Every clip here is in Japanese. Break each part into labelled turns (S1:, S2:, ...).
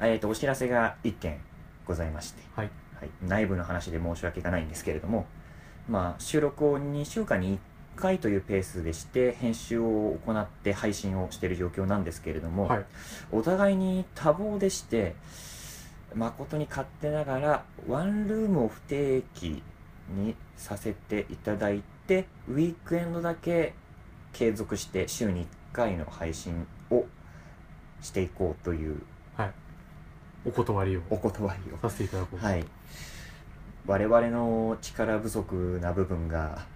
S1: えー、とお知らせが1件ございまして、
S2: はい
S1: はい内部の話で申し訳がないんですけれども、まあ、収録を2週間に1回というペースでして編集を行って配信をしている状況なんですけれども、
S2: はい
S1: お互いに多忙でして誠に勝手ながらワンルームを不定期にさせていただいてウィークエンドだけ継続して週に1回の配信をしていこうという
S2: お断りを
S1: お断りを
S2: させていただこう、
S1: はい我々の力不足な部分が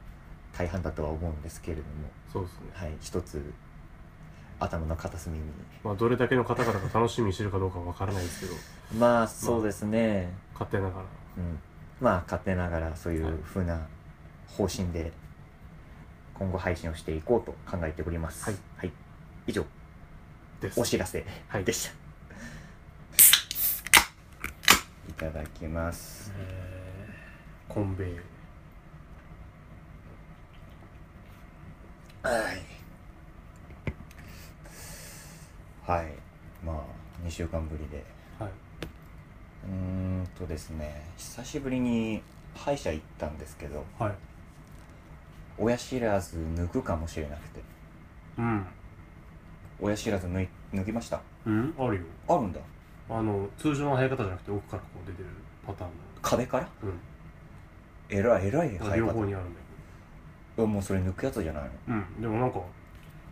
S1: 大半だとは思うんですけれども、
S2: そうですね
S1: はい、一つ頭の片隅に
S2: まあどれだけの方々が楽しみにしてるかどうかはわからないですけど
S1: まあそうですね、
S2: 勝手ながら
S1: うん、まあ勝手ながらそういう風な方針で今後配信をしていこうと考えております
S2: はい、
S1: 以上
S2: です
S1: お知らせ
S2: はい
S1: でした、いただきます
S2: えーコンベイ
S1: はいはいまあ2週間ぶりで
S2: はいう
S1: ーんとですね久しぶりに歯医者行ったんですけど
S2: はい
S1: 親知らず抜くかもしれなくて
S2: うん
S1: 親知らず抜い抜きました
S2: うんあるよ
S1: あるんだ
S2: あの通常の生え方じゃなくて奥からこう出てるパターン
S1: 壁から
S2: のうん
S1: えらいえらい
S2: だから
S1: 生え
S2: 両方
S1: 方
S2: にあるんだよ
S1: うわもうそれ抜くやつじゃないの
S2: うんでもなんか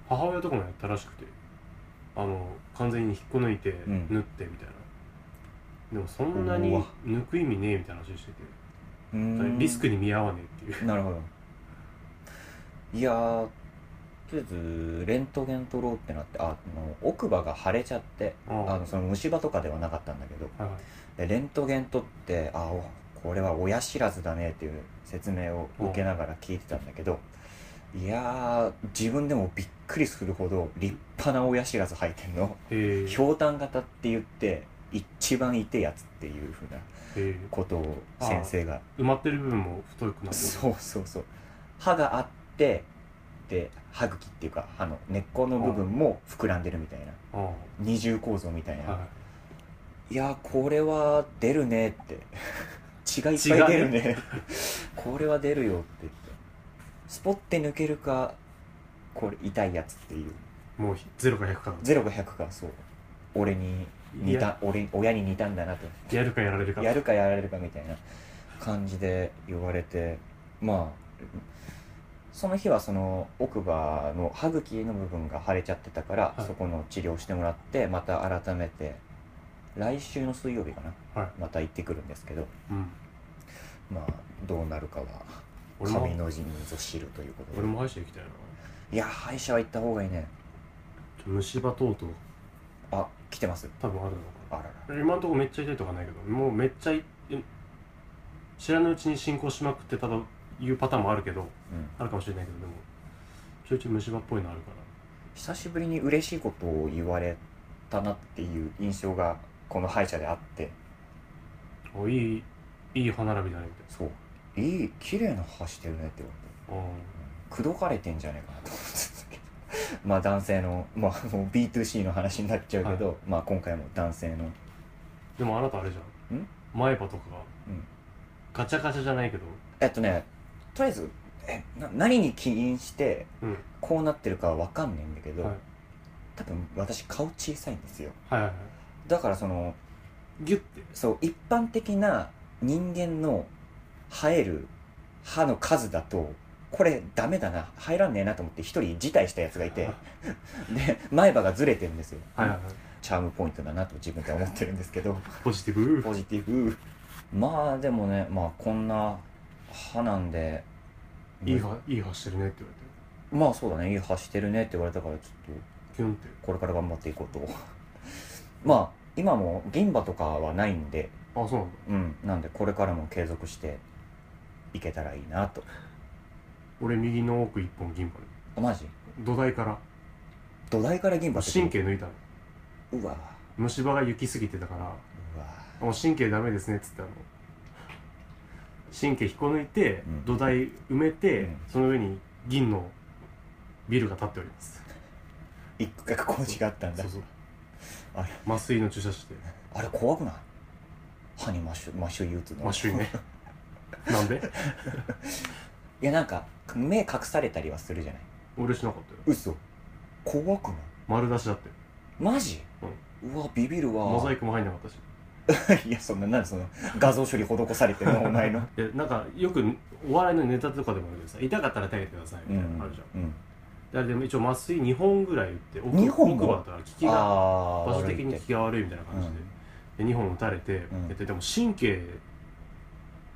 S2: 母親とかもやったらしくてあの完全に引っこ抜いて
S1: ん
S2: 縫ってみたいな、でもそんなに
S1: うわ
S2: 抜く意味ねえみたいな話してて
S1: うーん
S2: リスクに見合わねえっていう
S1: なるほどいやーとりあえずレントゲン取ろうってなってああの奥歯が腫れちゃって
S2: あ
S1: あのその虫歯とかではなかったんだけど
S2: はいは
S1: で
S2: い
S1: レントゲン取ってあおこれは親知らずだねっていう説明を受けながら聞いてたんだけどいやー自分でもびっくりするほど立派な親知らず履いてんの
S2: へえ
S1: ひょうたん型って言って一番痛いやつっていうふうな
S2: へえ
S1: ことを先生が
S2: 埋まってる部分も太くなってる
S1: そうそうそう歯があってで歯茎っていうか歯の根っこの部分も膨らんでるみたいな
S2: あは
S1: 二重構造みたい
S2: い
S1: な、、
S2: はい
S1: やこれは出るねって血がいっぱい出るね これは出るよって言ってスポッて抜けるかこれ痛いやつっていう
S2: いもうゼロか100か
S1: 0か100かそう俺に似
S2: い
S1: た俺親に似たんだなと
S2: やるかやられるか
S1: やるかやられるかみたいな感じで言われてまあその日はその奥歯の歯茎の部分が腫れちゃってたから、
S2: はい
S1: そこの治療してもらってまた改めて来週の水曜日かな、
S2: はい
S1: また行ってくるんですけど
S2: うん
S1: まあどうなるかは
S2: 俺
S1: 神
S2: も
S1: の字にぞ知るということで
S2: 俺も歯医者行きたいない
S1: や歯医者は行った方がいいね
S2: ちょ虫歯等々
S1: あ来てます
S2: 多分あるのかな
S1: あらら
S2: 今のところめっちゃ痛いとかないけどもうめっちゃい知らないうちに進行しまくってたというパターンもあるけど
S1: うん
S2: あるかもしれないけどでもちょいちょい虫歯っぽいのあるか
S1: 久しぶりに嬉しいことを言われたなっていう印象がこの歯医者であって
S2: らあいいいい歯並びだねみ
S1: そういい綺麗な歯してるねって思って
S2: たいなあ
S1: 口説かれてんじゃねえかなと思ってたけど まあ男性のまあもう B2C の話になっちゃうけど、まあ今回も男性の
S2: ーでもあなたあれじゃん
S1: ん
S2: 前歯とかが、
S1: うん
S2: ガチャガチャじゃないけど
S1: えっとねとりあえずえな何に起因して
S2: うん
S1: こうなってるかは分かんないんだけど、
S2: はい
S1: 多分私顔小さいんですよ
S2: はいはいはい
S1: だからその
S2: ギュッて
S1: そう一般的な人間の生える歯の数だとこれダメだな入らんねえなと思って一人辞退したやつがいてで前歯がずれてるんですよ、
S2: はいはいはい
S1: チャームポイントだなと自分では思ってるんです けど
S2: ポジティブ
S1: ポジティブまあでもねまあこんな歯なんで
S2: いい歯いい歯してるねって言われて
S1: まあそうだねいい歯してるねって言われたからちょっと
S2: キュンって
S1: これから頑張っていこうと まあ今も銀歯とかはないんで
S2: あそうなんだ
S1: うんなんでこれからも継続していけたらいいなと
S2: 俺右の奥一本銀歯で
S1: あマジ
S2: 土台から
S1: 土台から銀歯って
S2: 神経抜いたの
S1: うわ
S2: 虫歯が行き過ぎてたから
S1: うわ
S2: 「もう神経ダメですね」っつってあの神経引っこ抜いて、
S1: うん
S2: 土台埋めて、
S1: うん
S2: その上に銀のビルが建っております
S1: 一区画工事があったんだ
S2: そうそう
S1: あれ
S2: 麻酔の注射して
S1: あれ怖くない歯に麻酔麻酔打つの
S2: 麻酔 ねなんで
S1: いやなんか目隠されたりはするじゃない
S2: 俺しなかったよ
S1: 嘘怖くない
S2: 丸出しだって
S1: マジ、うわビビるわ
S2: モザイクも入んなかった し
S1: いやそんななんでその画像処理施され てるのお前の
S2: でなんかよくお笑いのネタとかでもあるけどさ痛かったら耐えてくださいみたいなのあるじゃん、
S1: うん
S2: であれでも一応麻酔2本ぐらい打って奥
S1: 二本も
S2: 奥歯だったら効きが
S1: あ
S2: 場
S1: ー
S2: 所的に
S1: 悪い
S2: 効
S1: って
S2: きが悪いみたいな感じで,、で2本打たれて、
S1: うん
S2: ででも神経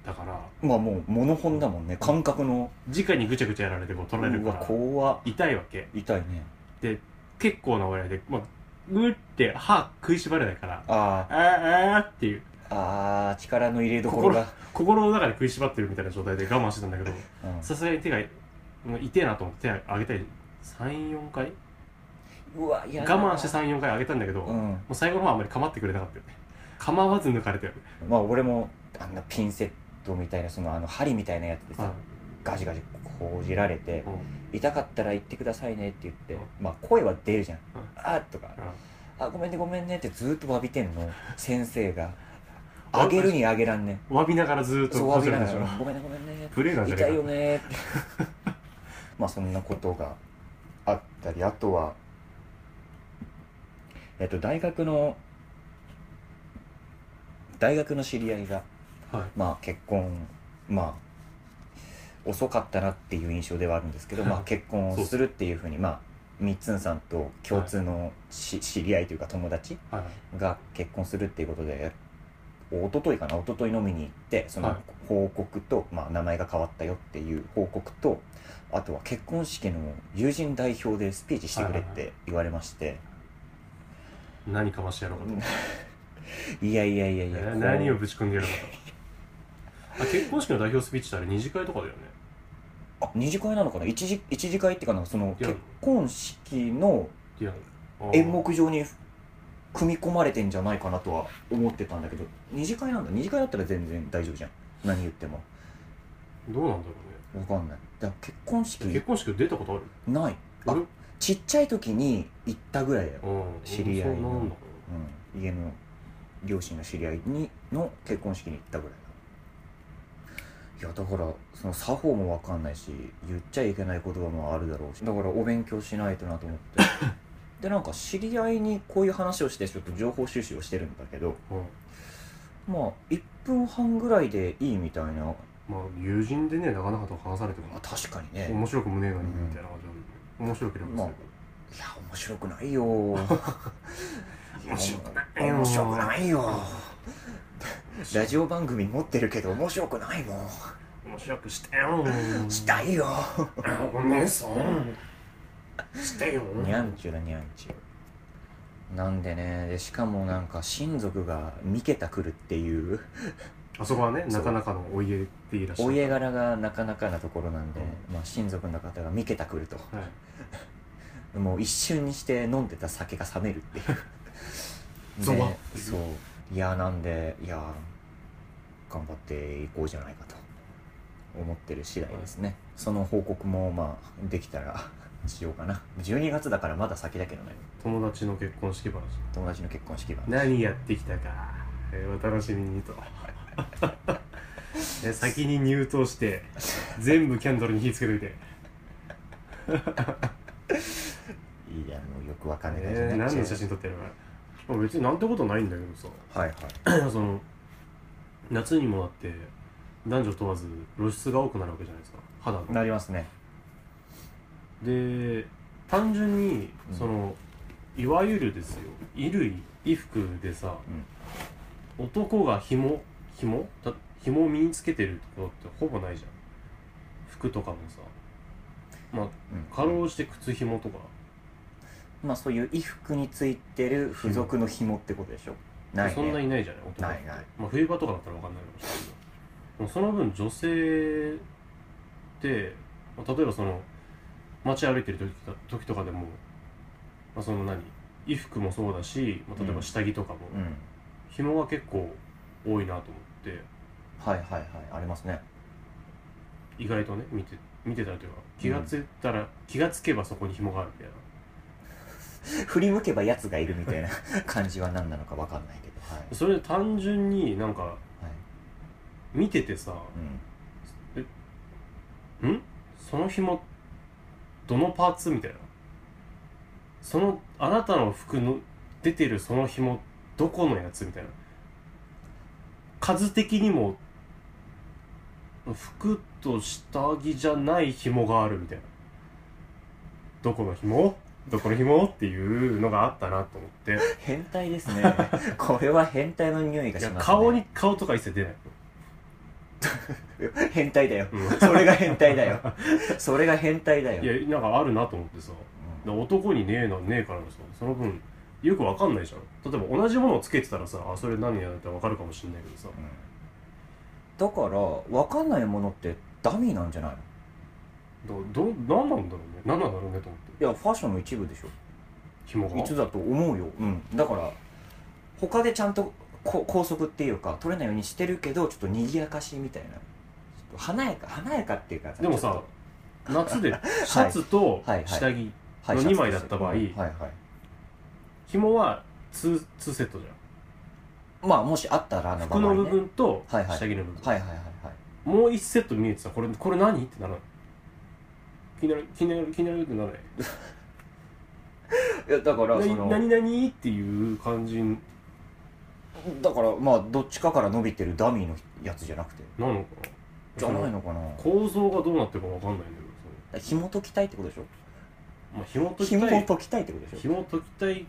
S2: だから
S1: まあもうモノホンだもんね感覚の
S2: 直にぐちゃぐちゃやられても取られる
S1: う
S2: か
S1: わ
S2: ら
S1: 怖っ
S2: 痛いわけ
S1: 痛いね
S2: 結構な割合で、まあ、うって歯食いしばれないから
S1: あ
S2: あーあーっていう
S1: ーあー力の入れどころが
S2: 心の中で食いしばってるみたいな状態で我慢してたんだけど
S1: うん
S2: さすがに手がもう痛えなと思って手上げたり34回
S1: うわいやだ
S2: 我慢して34回上げたんだけど、
S1: う
S2: も
S1: ん
S2: う最後の方はあんまり構ってくれなかったよね構わず抜かれたよね、
S1: まあ俺もあんなピンセットみたいなそのあの針みたいなやつでさガジガジこじられて
S2: うん
S1: 痛かったら言ってくださいねって言って
S2: うん
S1: まあ声は出るじゃん
S2: うん
S1: 「あ」とか「あごめんねごめんね」ってずーっと詫びてんの先生が
S2: うん
S1: あげるにあげらんねん
S2: 詫びながらずーっと
S1: そう詫びなが
S2: こうしてるんで
S1: ら「ごめんねごめんね
S2: しょプレーなんじゃな
S1: 痛
S2: い
S1: い
S2: か
S1: よね」って まあそんなことがあったりあとはえっと大学の大学の知り合いが
S2: はい
S1: まあ結婚まあ遅かったなっていう印象ではあるんですけど、まあ、 結婚をするっていうふうにまあみっつんさんと共通のし、知り合いというか友達
S2: はいはい
S1: が結婚するっていうことで一昨日かな一昨日飲みに行ってその
S2: はい
S1: 報告と、まあ、名前が変わったよっていう報告とあとは結婚式の友人代表でスピーチしてくれって言われまして、
S2: 何かましてやろうかと思って、
S1: いやいやいやいや、
S2: え
S1: こ
S2: ー
S1: う
S2: 何をぶち込んでやろうかとあ結婚式の代表スピーチってあれ二次会とかだよね
S1: あ二次会なのかな一次一次会っていうかなその
S2: いや
S1: 結婚式の
S2: リアルあー
S1: 演目上に組み込まれてんじゃないかなとは思ってたんだけど二次会なんだ二次会だったら全然大丈夫じゃん何言っても
S2: どうなんだろ
S1: わかんないだから結婚
S2: うね結
S1: 式
S2: 婚式出たことある
S1: ないあちっちゃい時に行ったぐらいだよ、
S2: うん
S1: 知り合いの
S2: そんなもんだか
S1: うん、家の両親の知り合いにの結婚式に行ったぐらいだいやだからその作法もわかんないし言っちゃいけない言葉もあるだろうしだからお勉強しないとなと思って でなんか知り合いにこういう話をしてちょっと情報収集をしてるんだけど
S2: ら、うん
S1: まあ1分半ぐらいでいいみたいな、ま
S2: まあ友人でねなかなかと話されても
S1: あ、確かにね
S2: 面白くもねえのにみたいな感じなんで、面白ければする
S1: いや面白くないよ 面
S2: 面白くないよ
S1: 面白くないよラジオ番組持ってるけど面白くないもん
S2: 面白くしてよ
S1: したいよ
S2: お姉さんしてよ
S1: にゃんちゅだにゃんちゅなんでねでしかもなんか親族が三桁来るっていう
S2: あそこはね
S1: そ
S2: な
S1: う
S2: かなかのお家でいらっしゃる
S1: お家柄がなかなかなところなんで、
S2: う
S1: まあ、親族の方が三桁来ると
S2: はい
S1: もう一瞬にして飲んでた酒が冷めるっていう
S2: ゾワッ
S1: ねそういやなんでいや頑張っていこうじゃないかと思ってる次第ですね、その報告もまあできたら しようかな12月だからまだ先だけどね
S2: 友達の結婚式話
S1: 友達の結婚式が
S2: 何やってきたか、えーお楽しみにと え先に入刀して全部キャンドルに火つけといて、
S1: いいやもうよくわかんない感じ
S2: えー
S1: になっ
S2: 何
S1: ちゃ
S2: の
S1: う
S2: 写真撮ってるの別になんてことないんだけどさ
S1: はいはい
S2: その夏にもなって男女問わず露出が多くなるわけじゃないですか肌の
S1: なりますね
S2: で単純に
S1: うん
S2: その、いわゆるですよ衣類衣服でさ、男が紐紐だ紐を身につけてるところってほぼないじゃん服とかもさま
S1: うん
S2: あかろうじて靴紐とか
S1: まあそういう衣服についてる付属の紐ってことでしょないね
S2: そんないないじゃない男
S1: ないない
S2: まあ、冬場とかだったら分かんないかもしれないけどもうその分女性って、まあ、例えばその街歩いてる時と時とかでも、まあ、その何衣服もそうだし、まあ、例えば下着とかも、
S1: うん
S2: 紐が結構多いなと思って
S1: はいはいはいありますね
S2: 意外とね見て見てたらというか気がついたら、気がつけばそこに紐があるみたいな
S1: 振り向けばやつがいるみたいな 感じは何なのか分かんないけどはい、
S2: それで単純になんか
S1: はい
S2: 見ててさ
S1: うん、
S2: んその紐どのパーツみたいなそのあなたの服の出てるその紐どこのやつみたいな数的にも服と下着じゃない紐があるみたいなどこの紐どこの紐っていうのがあったなと思って
S1: 変態ですね これは変態の匂いが
S2: い
S1: し
S2: や
S1: ます、ね、
S2: 顔に顔とか一切出ない、
S1: 変態だよ
S2: うん
S1: それが変態だよそれが変態だよ
S2: いやなんかあるなと思ってさで男にねえなねえからさその分よくわかんないじゃん例えば同じものをつけてたらさあそれ何やってわかるかもしんないけどさ
S1: うんだから分かんないものってダミーなんじゃないの
S2: どど何なんだろうね何なんだろうねと思って
S1: いやファッションの一部でしょ
S2: 紐が
S1: 一部だと思うよ、うん、だから他でちゃんとこ拘束っていうか取れないようにしてるけどちょっと賑やかしいみたいなちょっと華やか華やかっていうか
S2: でもさ夏でシャツと
S1: はいはい
S2: 下着
S1: ちょっと
S2: の二枚だった場合
S1: はいはい
S2: 紐は 2, 2セットじ
S1: まあもしあったら
S2: ゃ
S1: の
S2: ん
S1: 場
S2: 服
S1: 合、ね、
S2: の部分と
S1: はいはい
S2: 下着の部分
S1: はいはいはいはい
S2: もう1セット見えてさこれこれ何ってならない気になる気になる気になるってならない
S1: いやだからそ
S2: 何
S1: の
S2: 何々っていう感じな
S1: だからまあどっちかから伸びてるダミーのやつじゃなくて
S2: のかな
S1: じゃない
S2: の
S1: のかな
S2: 構造がどうなってるかわかんないんだけどその
S1: 紐解きたいってことでしょ
S2: まあ、紐解き
S1: 紐
S2: た
S1: を
S2: い
S1: 解きたいってことでしょ
S2: 紐解きたい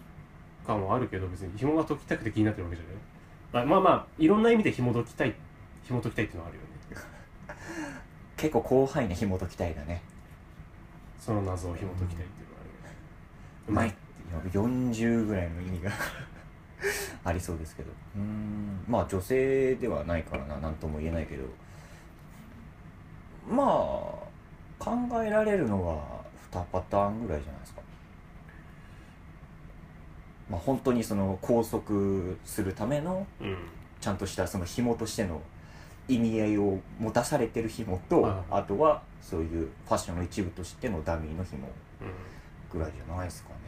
S2: 感はあるけど別に紐が解きたくて気になってるわけじゃないまあまあまあいろんな意味で紐解きたい紐解きたいっていうのはあるよね
S1: 結構広範囲な紐解きたいだね
S2: その謎を紐解きたいっていうのは
S1: マ
S2: あるよ
S1: イ
S2: ね、
S1: って40ぐらいの意味がありそうですけどうーんまあ女性ではないからな何とも言えないけどまあ考えられるのは2パターンぐらいじゃないですかまあ本当にその拘束するための
S2: うんうん
S1: ちゃんとしたその紐としての意味合いを持たされてる紐と、
S2: はい
S1: あとはそういうファッションの一部としてのダミーの紐ぐらいじゃないですかね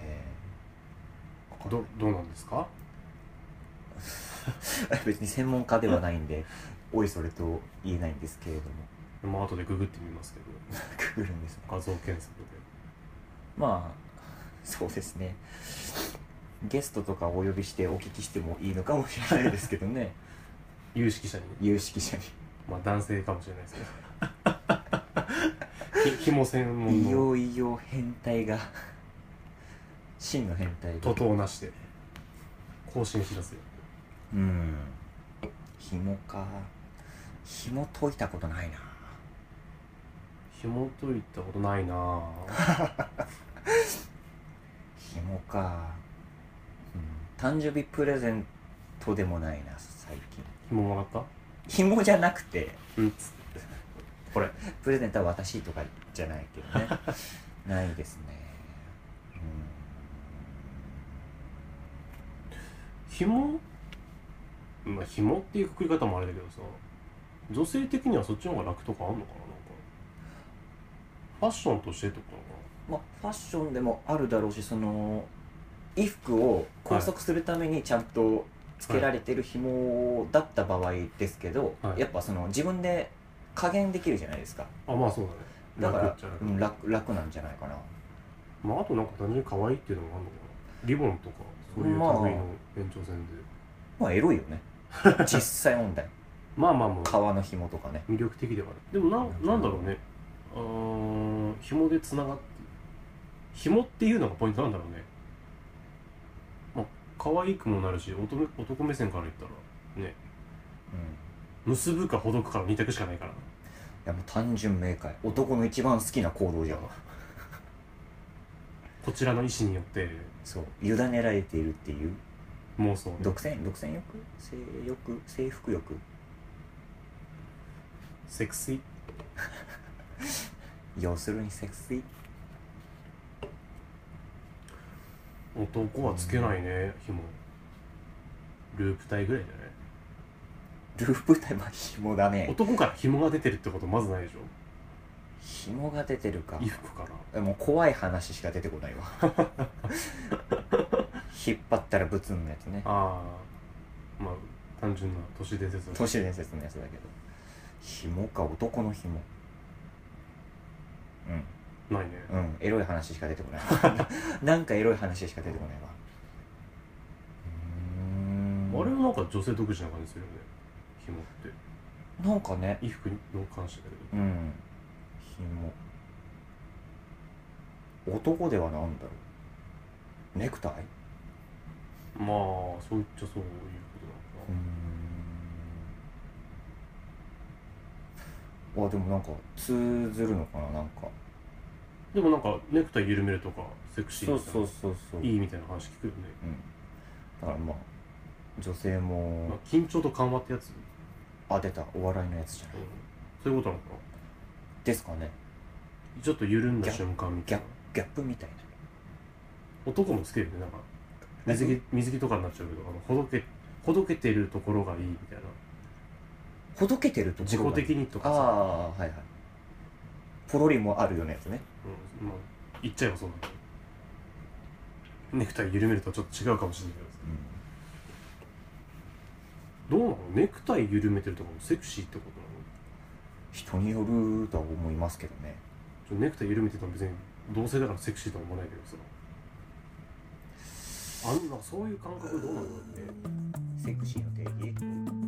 S2: うん、どどうなんですか
S1: 別に専門家ではないんで おいそれと言えないんですけれども
S2: まあ後でググってみますけど
S1: くぐるんです
S2: 画像検索
S1: まあそうですねゲストとかお呼びしてお聞きしてもいいのかもしれないですけど ね
S2: で有識者に
S1: 有識者に
S2: まあ男性かもしれないです けどひ紐専門
S1: 異
S2: の
S1: 様異様変態が真の変態が
S2: 徒党なしで更新しだすよ
S1: うん紐か紐解いたことないな
S2: 紐解いたことないなぁ
S1: 紐か、うん、誕生日プレゼントでもないな最近
S2: 紐もらった
S1: 紐じゃなくて
S2: うんつこれ
S1: プレゼントは私とかじゃないけど ねないですね
S2: 紐まあ紐っていうくくり方もあれだけどさ女性的にはそっちの方が楽とかあんのかななんかファッションとしてとか
S1: うんまあファッションでもあるだろうしその衣服を拘束するためにちゃんとつけられてる紐だった場合ですけど、
S2: はい
S1: やっぱその自分で加減できるじゃないですか
S2: なあまあそう
S1: だ
S2: だ
S1: か
S2: ね
S1: ら
S2: 楽っちゃ
S1: う
S2: 楽、
S1: ん、楽楽なんじゃないかな
S2: まああとなんか単純に可愛いっていうのもあんのかなリボンとかそういう類
S1: まあ
S2: の延長線で、
S1: まあエロいよ ね実際問題
S2: まあ、まあまあ
S1: 革の紐とかね
S2: 魅力的ではあるでもななんだろうねうーん紐でつながって紐っていうのがポイントなんだろうねまあ可愛くもなるし男目男目線から言ったら
S1: うん
S2: 結ぶかほどくかの二択しかないから
S1: いやもう単純明快男の一番好きな行動じゃん
S2: こちらの意思によって
S1: そう委ねられているっていう
S2: 妄想ね
S1: 独占独占欲性欲性服欲
S2: セクシー
S1: 要するにセクシー
S2: 男はつけないね紐ループ体ぐらいじゃない
S1: ループタイマー紐だね
S2: 男から紐が出てるってことまずないでしょ
S1: 紐が出てるか
S2: 衣服か ら
S1: もう怖い話しか出てこないわ引っ張ったらブツンのやつね
S2: ああまあ単純な都市伝説
S1: 都市伝説のやつだけど紐か男の紐うん
S2: ないね、
S1: うん、エロい話しか出てこない なんかエロい話しか出てこないわうーん
S2: あれもなんか女性独自な感じするよね紐って
S1: なんかね
S2: 衣服の関してだけど
S1: うん紐男ではなんだろうネクタイ
S2: まあそういっちゃそういうことなのかな、
S1: うーんあでもなんか通ずるのかななんか
S2: でもなんかネクタイ緩めるとかセクシ
S1: そう
S2: ーみたいな
S1: そうそうそう
S2: いいみたいな話聞くよね、
S1: うん、だからまあ女性
S2: まあ
S1: も、
S2: 緊張と緩和ってやつ、うん
S1: あ出たお笑いのやつじゃない
S2: そういうことなのかな
S1: ですかね
S2: ちょっと緩んだ
S1: ギャ
S2: 瞬間みたいな
S1: ギャップみたいな
S2: 男もつけるよねなんか水着水着とかになっちゃうけどあのほどけほどけてるところがいいみたいな
S1: ほどけてるとこ
S2: 自
S1: ろが
S2: 己的にとか
S1: あ
S2: さ、
S1: あはいはいポロリもあるようなやつね
S2: うんまあ、言っちゃえばそうだけどネクタイ緩めるとはちょっと違うかもしれないけど
S1: うん
S2: どうなのネクタイ緩めてるとかもセクシーってことなの
S1: 人によるとは思いますけどね
S2: ちょネクタイ緩めてたの別に同性だからセクシーとは思わないけどさあんなそういう感覚どうなのって
S1: セクシーの定義